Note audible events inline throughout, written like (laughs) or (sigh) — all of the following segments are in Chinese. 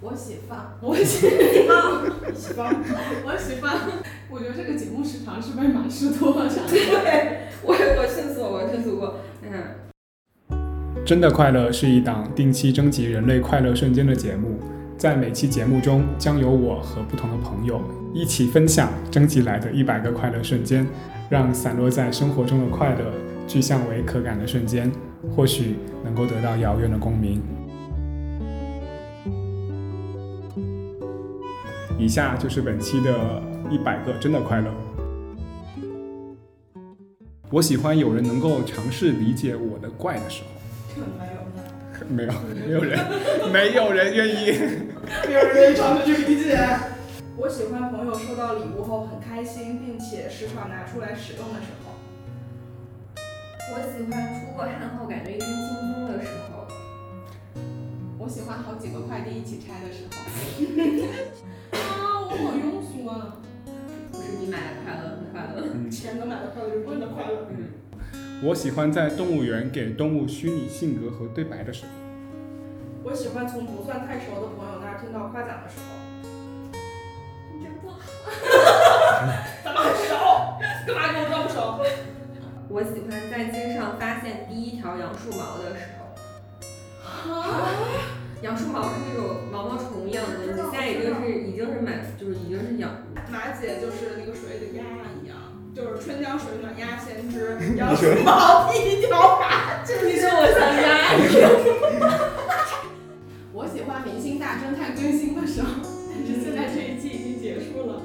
我喜 (laughs) 欢，我喜欢， (laughs) 喜欢，我喜欢。我觉得这个节目时长是被满视多了，对， (laughs) 我我迅速，我迅速过，嗯。真的快乐是一档定期征集人类快乐瞬间的节目，在每期节目中，将由我和不同的朋友一起分享征集来的一百个快乐瞬间，让散落在生活中的快乐具象为可感的瞬间，或许能够得到遥远的共鸣。以下就是本期的一百个真的快乐。我喜欢有人能够尝试理解我的怪的时候。没有，没有人，没有人愿意，没有人愿意尝试去理解。 (laughs) 我喜欢朋友收到礼物后很开心，并且时常拿出来使用的时候。我喜欢出过汗后感觉一身轻松的时候。我喜欢好几个快递一起拆的时候。啊，我好庸俗啊！不是你买的快乐，很快乐。嗯钱能买的快乐就是不的快乐。嗯，我喜欢在动物园给动物虚拟性格和对白的时候。我喜欢从不算太熟的朋友那儿听到夸奖的时候。你真 (laughs) 不好。咱们很熟，干嘛跟我装不熟？我喜欢在街上发现第一条杨树毛的时候。啊， (laughs) 杨树毛是那种毛毛虫一样的东西，现在已经是已经是买，就是已经是养。马姐就是那个水里鸭一样，就是春江水暖鸭先知，杨树毛一条马，这你说我 (laughs) 想家。我喜欢《明星大侦探》更新的时候，但是现在这一季已经结束了。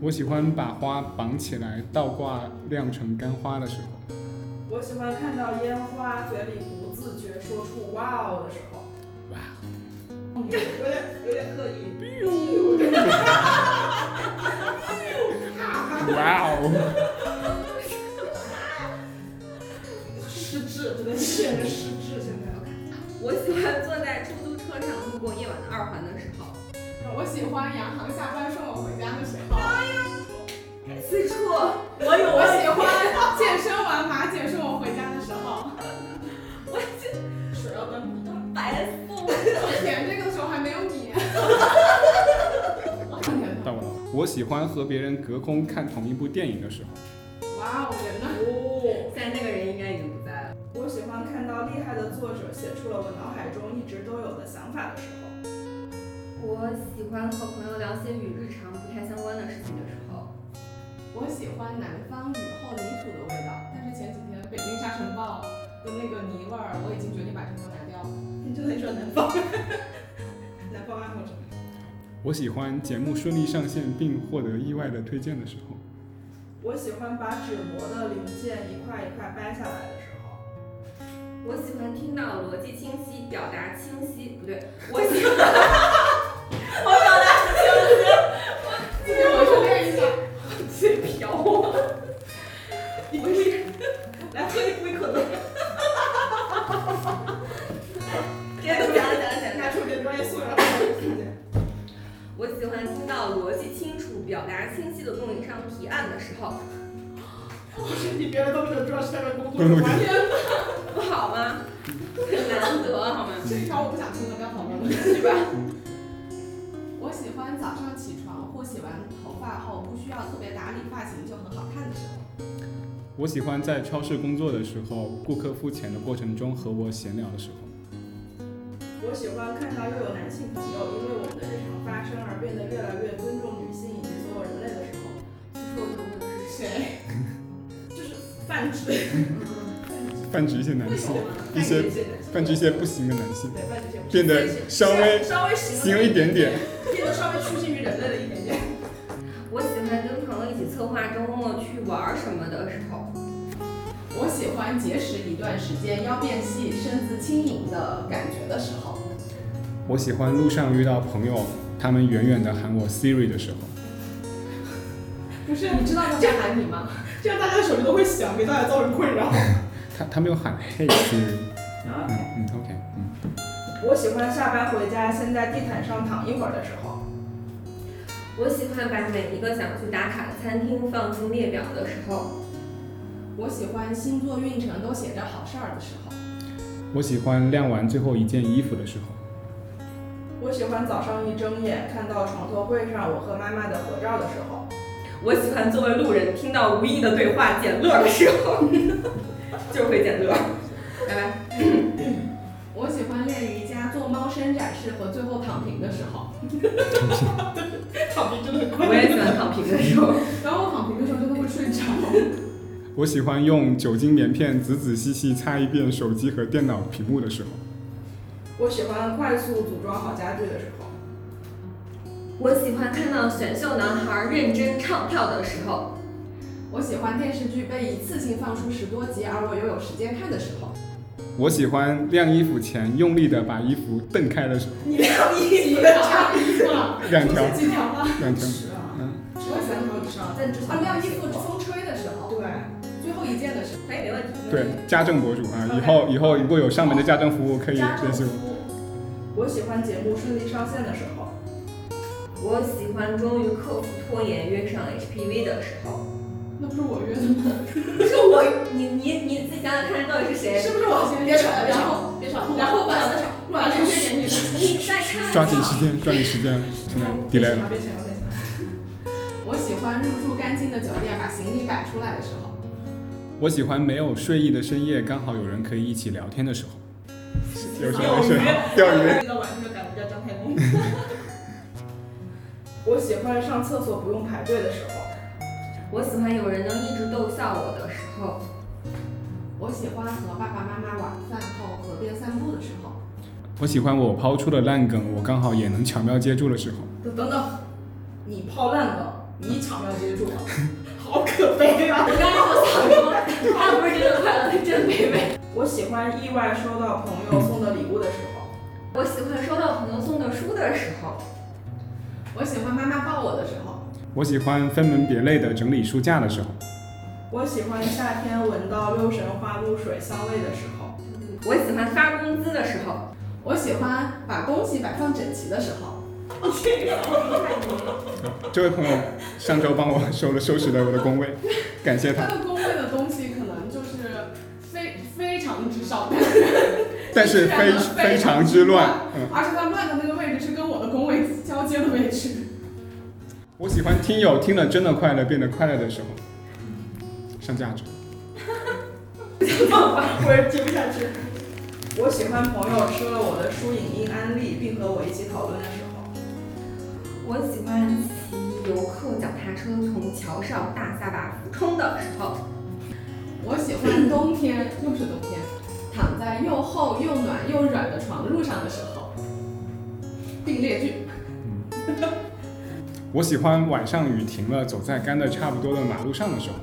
我喜欢把花绑起来倒挂晾成干花的时候。我喜欢看到烟花，嘴里不自觉说出“哇哦”的时候。哇有点有点刻意。哇哦！失智，真的是人失智。现在我喜欢坐在出租车上路过夜晚的二环的时候。我喜欢杨航下班送我回家的时候。四处，我有我喜欢健身完马姐送我回家的时 (laughs) 候。我就水要端不到。白送。我填这个的时候还没有你。到我了。我喜欢和别人隔空看同一部电影的时候。哇哦，人呢？哦。现在那个人应该已经不在了。我喜欢看到厉害的作者写出了我脑海中一直都有的想法的时候。我喜欢和朋友聊些与日常不太相关的事情的时候。我喜欢南方雨后泥土的味道，但是前几天北京沙尘暴的那个泥味儿，我已经决定把这个拿掉了。你就得说南 (laughs) 方，南方爱好者。我喜欢节目顺利上线并获得意外的推荐的时候。我喜欢把纸模的零件一块一块掰下来的时候。我喜欢听到逻辑清晰、表达清晰， (laughs) 不对，我喜欢我表达今天我是练一下。嘴瓢 (laughs) 我。你不是，来喝一杯可乐。别讲了，讲了，讲拿了。出你的专业素养。我喜欢听到逻辑清楚、表达清晰的供应商提案的时候，不是你别人都没有专业下面工作对不的起环境，不好吗？很难得好吗？这一条我不想听了，不要讨论了，对吧？我喜欢早上起床或洗完头发后不需要特别打理发型就很好看的时候。我喜欢在超市工作的时候，顾客付钱的过程中和我闲聊的时候。我喜欢看到又有男性朋友因为我们的日常发生而变得越来越尊重女性以及所有人类的时候，其实我就不是谁？就是泛指泛指一些男为什性么，？一些对哦泛指一些不行的男性，泛指一些不是变得稍微稍微行一点点。变得稍微趋近于人类的一点点。我喜欢跟朋友一起策划周末去玩儿什么的时候，我喜欢节食一段时间，腰变细，身子轻盈的感觉的时候。我喜欢路上遇到朋友，他们远远的喊我 Siri 的时候。不是，你知道他在喊你吗？这样大家的手机都会响，给大家造成困扰。他他没有喊 Hey Siri。嗯嗯，OK，嗯，啊我喜欢下班回家先在地毯上躺一会儿的时候。我喜欢把每一个想去打卡的餐厅放进列表的时候，我喜欢星座运程都写着好事儿的时候。我喜欢晾完最后一件衣服的时候。我喜欢早上一睁眼看到床头柜上我和妈妈的合照的时候。我喜欢作为路人听到无意的对话捡乐的时候， (laughs) 就是会捡乐。拜拜。我喜欢练瑜伽、做猫伸展式和最后躺平的时候。躺平真的很困我也喜欢躺平的时候。然后我躺平的时候真的会睡着。我喜欢用酒精棉片仔仔细细擦一遍手机和电脑屏幕的时候。我喜欢快速组装好家具的时候。我喜欢看到选秀男孩认真唱跳的时候。我喜欢电视剧被一次性放出十多集，而我又有时间看的时候。我喜欢晾衣服前用力的把衣服蹬开的时候，你晾衣服差衣服了，两出条现几条了？两条。是啊，嗯，只有三条以上，但至少啊，晾衣服风吹的时候，对。最后一件的时候，可以没问题。对，家政博主啊，以后以后如果有上门的家政服务可以家政联系服我。我喜欢节目顺利上线的时候。我喜欢终于克服拖延约上 HPV 的时候。那不是我约的吗？不是我，你你你自己想想看，到底是谁？是不是我先约的？然后别吵，然后把把那些给你。你再看。抓紧时间，抓紧时间，现在 delay 了。别抢了，别抢了。我喜欢入住干净的酒店，把行李摆出来的时候。我喜欢没有睡意的深夜，刚好有人可以一起聊天的时候。有什钓么鱼事？钓鱼。到晚上就感觉叫张太公。 (laughs) 我喜欢上厕所不用排队的时候。我喜欢有人能一直逗笑我的时候。我喜欢和爸爸妈妈晚饭后河边散步的时候。我喜欢我抛出的烂梗，我刚好也能巧妙接住的时候。等等，你泡烂了，你巧妙接住了， (laughs) 好可悲啊！ (laughs) 我刚刚就想说，他不是真的快乐，他真卑微。我喜欢意外收到朋友送的礼物的时候。我喜欢收到朋友送的书的时候。我喜欢妈妈抱我的时候。我喜欢分门别类的整理书架的时候。我喜欢夏天闻到六神花露水香味的时候。我喜欢发工资的时候。我喜欢把东西摆放整齐的时 (laughs) 候。这位朋友上周帮我收了收拾了我的工位， (laughs) 感谢他他。的工位的东西可能就是非非常之少， (laughs) (laughs) 但是非非常之乱。嗯，而且他乱的那个位置是跟我的工位交接的位置。我喜欢听友听了真的快乐变得快乐的时候，上价值。我也接不下去。 (laughs) 我喜欢朋友吃了我的书影音安利，并和我一起讨论的时候。我喜欢骑游客脚踏车从桥上大下巴俯冲的时候。我喜欢冬天，又是冬天，躺在又厚又暖又软的床褥上的时候。并列句。我喜欢晚上雨停了，走在干的差不多的马路上的时候。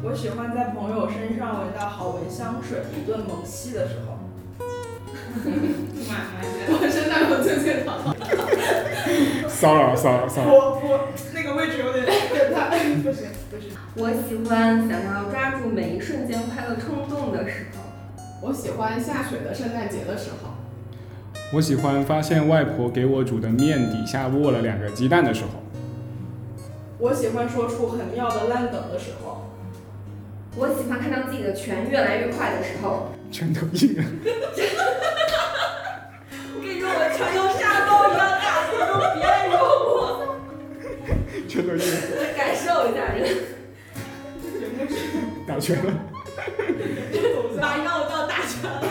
我喜欢在朋友身上闻到好闻香水，一顿猛吸的时候。 (laughs) 我身上有最最好。骚扰，骚扰，骚扰。 (laughs) 我我那个位置有点变态，不行不行。我喜欢想要抓住每一瞬间快乐冲动的时候。我喜欢下雪的圣诞节的时候。我喜欢发现外婆给我煮的面底下卧了两个鸡蛋的时候。我喜欢说出很妙的烂梗的时候。我喜欢看到自己的拳越来越快的时候。全都硬了。我跟你说，我拳头沙包一样大，你都别揉我，全都硬了，感受一下人。打拳了。马上我到大学了。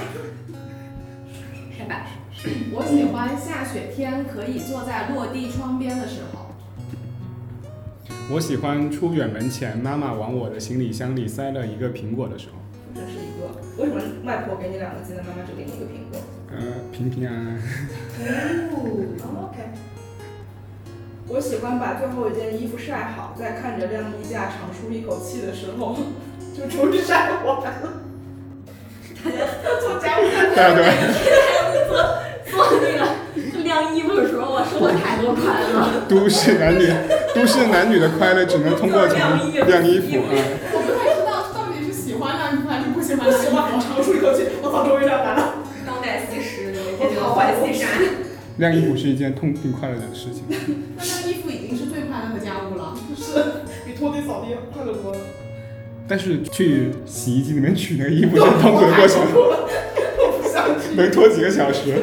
拜拜。我喜欢下雪天可以坐在落地窗边的时候。我喜欢出远门前，妈妈往我的行李箱里塞了一个苹果的时候，这是一个为什么外婆给你两个鸡蛋，妈妈只给你一个苹果呃，平平安安。哦， ？OK。我喜欢把最后一件衣服晒好，在看着晾衣架长舒一口气的时候，就终于晒完了。做家务大家都做那个晾衣服的时候，我说我太多快乐。都市男女， (laughs) 都市男女的快乐只能通过从晾衣服啊。我不太知道到底是喜欢晾衣服还是不喜欢我晾喜衣欢服。长舒一口气，我操，终于晒完了。当代西施，每天都欢喜啥？晾衣服是一件痛并快乐的事情。那晾衣服已经是最快乐的家务了。是比拖地扫地快乐多了。 (laughs) 但是去洗衣机里面取那个衣服是痛苦的过程，我不想去。能拖几个小时。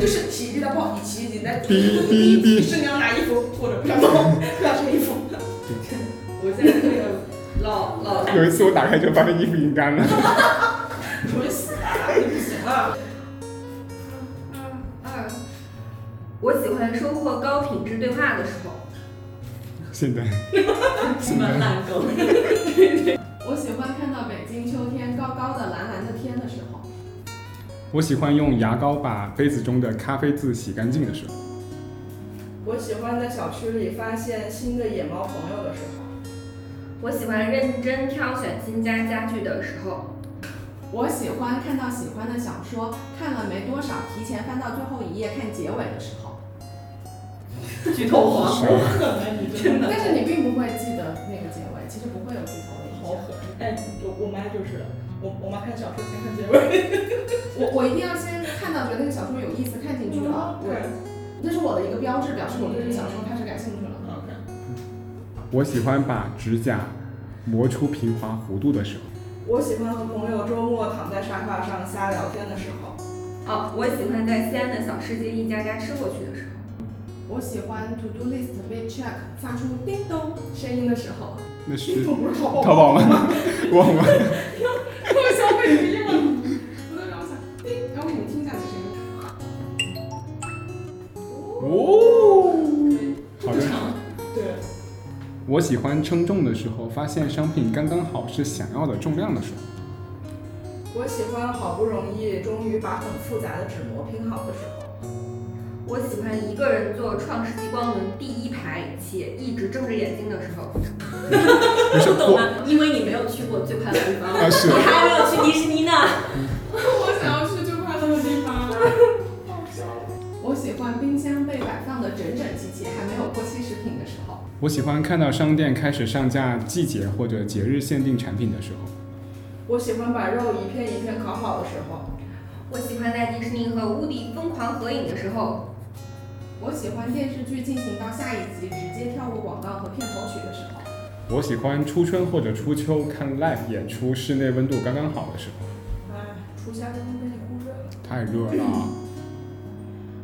就是体力的不好，你骑你在哔哔你哔，是你要拿衣服或者 (laughs) 不想动，不想穿衣服。我现在这个老老有一次我打开就发现衣服已经干了。我死 (laughs) 了，你不行了。二，我喜欢收获高品质对话的时候。(laughs) 现在什么烂狗？我喜欢看到北京秋天高高的蓝蓝的天的时候。我喜欢用牙膏把杯子中的咖啡渍洗干净的时候。我喜欢在小区里发现新的野猫朋友的时候，我喜欢认真挑选新家家具的时候。我喜欢看到喜欢的小说，看了没多少，提前翻到最后一页看结尾的时 (laughs) 候。举头黄，是好狠啊！你真的 (laughs) 但是你并不会记得那个结尾，其实不会有剧透的印好象。狠。哎，我我妈就是，我我妈看小说先看结尾。我我一定要先看到觉得那个小说有意思，看进去了，我 (laughs) 对那是我的一个标志，表示我对这个小说开始感兴趣了。 ，OK。我喜欢把指甲磨出平滑弧度的时候。我喜欢和朋友周末躺在沙发上瞎聊天的时候，哦，我喜欢在西安的小世界一家家吃过去的时候。我喜欢 to do list 被 check 发出叮咚声音的时候。(laughs) 那是你不是淘淘 (laughs) 宝？宝吗？ (laughs) 忘了。我想为什么英文？我都让我想叮，然后你们听一下这声音。哦，好不的。长。对，我喜欢称重的时候，发现商品刚刚好是想要的重量的时候。我喜欢好不容易终于把很复杂的纸模拼好的时候，我喜欢一个人坐《创世纪光轮》第一排且一直睁着眼睛的时候。不是不懂啊过吗？因为你没有去过最快乐的地方，啊是你还没有去迪士尼呢。我想要去最快乐的地方。我喜欢冰箱被摆放的整整齐齐，还没有过期食品的时候。我喜欢看到商店开始上架季节或者节日限定产品的时候。我喜欢把肉一片一片烤好的时候，我喜欢在迪士尼和乌迪疯狂合影的时候。我喜欢电视剧进行到下一集直接跳过广告和片头曲的时候。我喜欢初春或者初秋看 live 演出，室内温度刚刚好的时候。哎，初夏真的被你忽略了。太热了。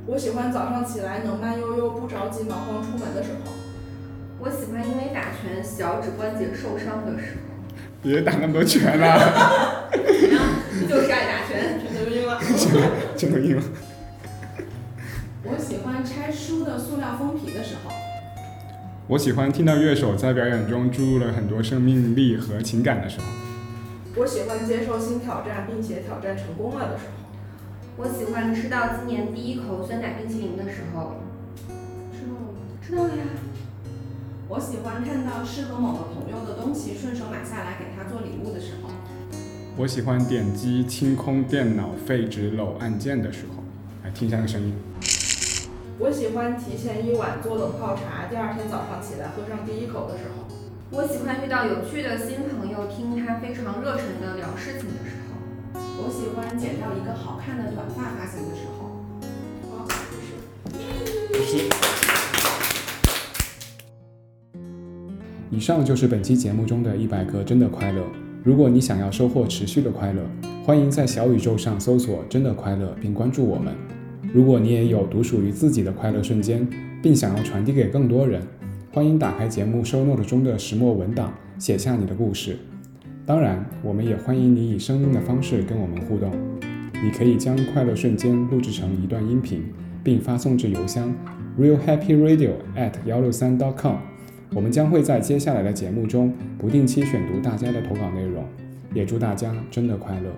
我喜欢早上起来能慢悠悠、不着急忙慌出门的时候。我喜欢因为打拳小指关节受伤的时候。别打那么多拳啊 (laughs) 了， (laughs) 就是爱打拳。全都晕了。真的硬了。我喜欢拆书的塑料封皮的时候。我喜欢听到乐手在表演中注入了很多生命力和情感的时候。 (laughs) 我喜欢接受新挑战，并且挑战成功了的时候。我喜欢吃到今年第一口酸奶冰淇淋的时候，吃过吗？知道了呀。我喜欢看到适合某个朋友的东西，顺手买下来给他做礼物的时候。我喜欢点击清空电脑废纸篓按键的时候。来听一下那个声音。我喜欢提前一晚做冷泡茶，第二天早上起来喝上第一口的时候。我喜欢遇到有趣的新朋友，听他非常热忱的聊事情的时候。我喜欢剪到一个好看的短发发型的时候。啊，不是。以上就是本期节目中的一百个真的快乐。如果你想要收获持续的快乐，欢迎在小宇宙上搜索“真的快乐”并关注我们。如果你也有独属于自己的快乐瞬间，并想要传递给更多人，欢迎打开节目 show note 中的石墨文档，写下你的故事。当然，我们也欢迎你以声音的方式跟我们互动。你可以将快乐瞬间录制成一段音频，并发送至邮箱 realhappyradio@ at 幺六三 .com。我们将会在接下来的节目中不定期选读大家的投稿内容，也祝大家真的快乐。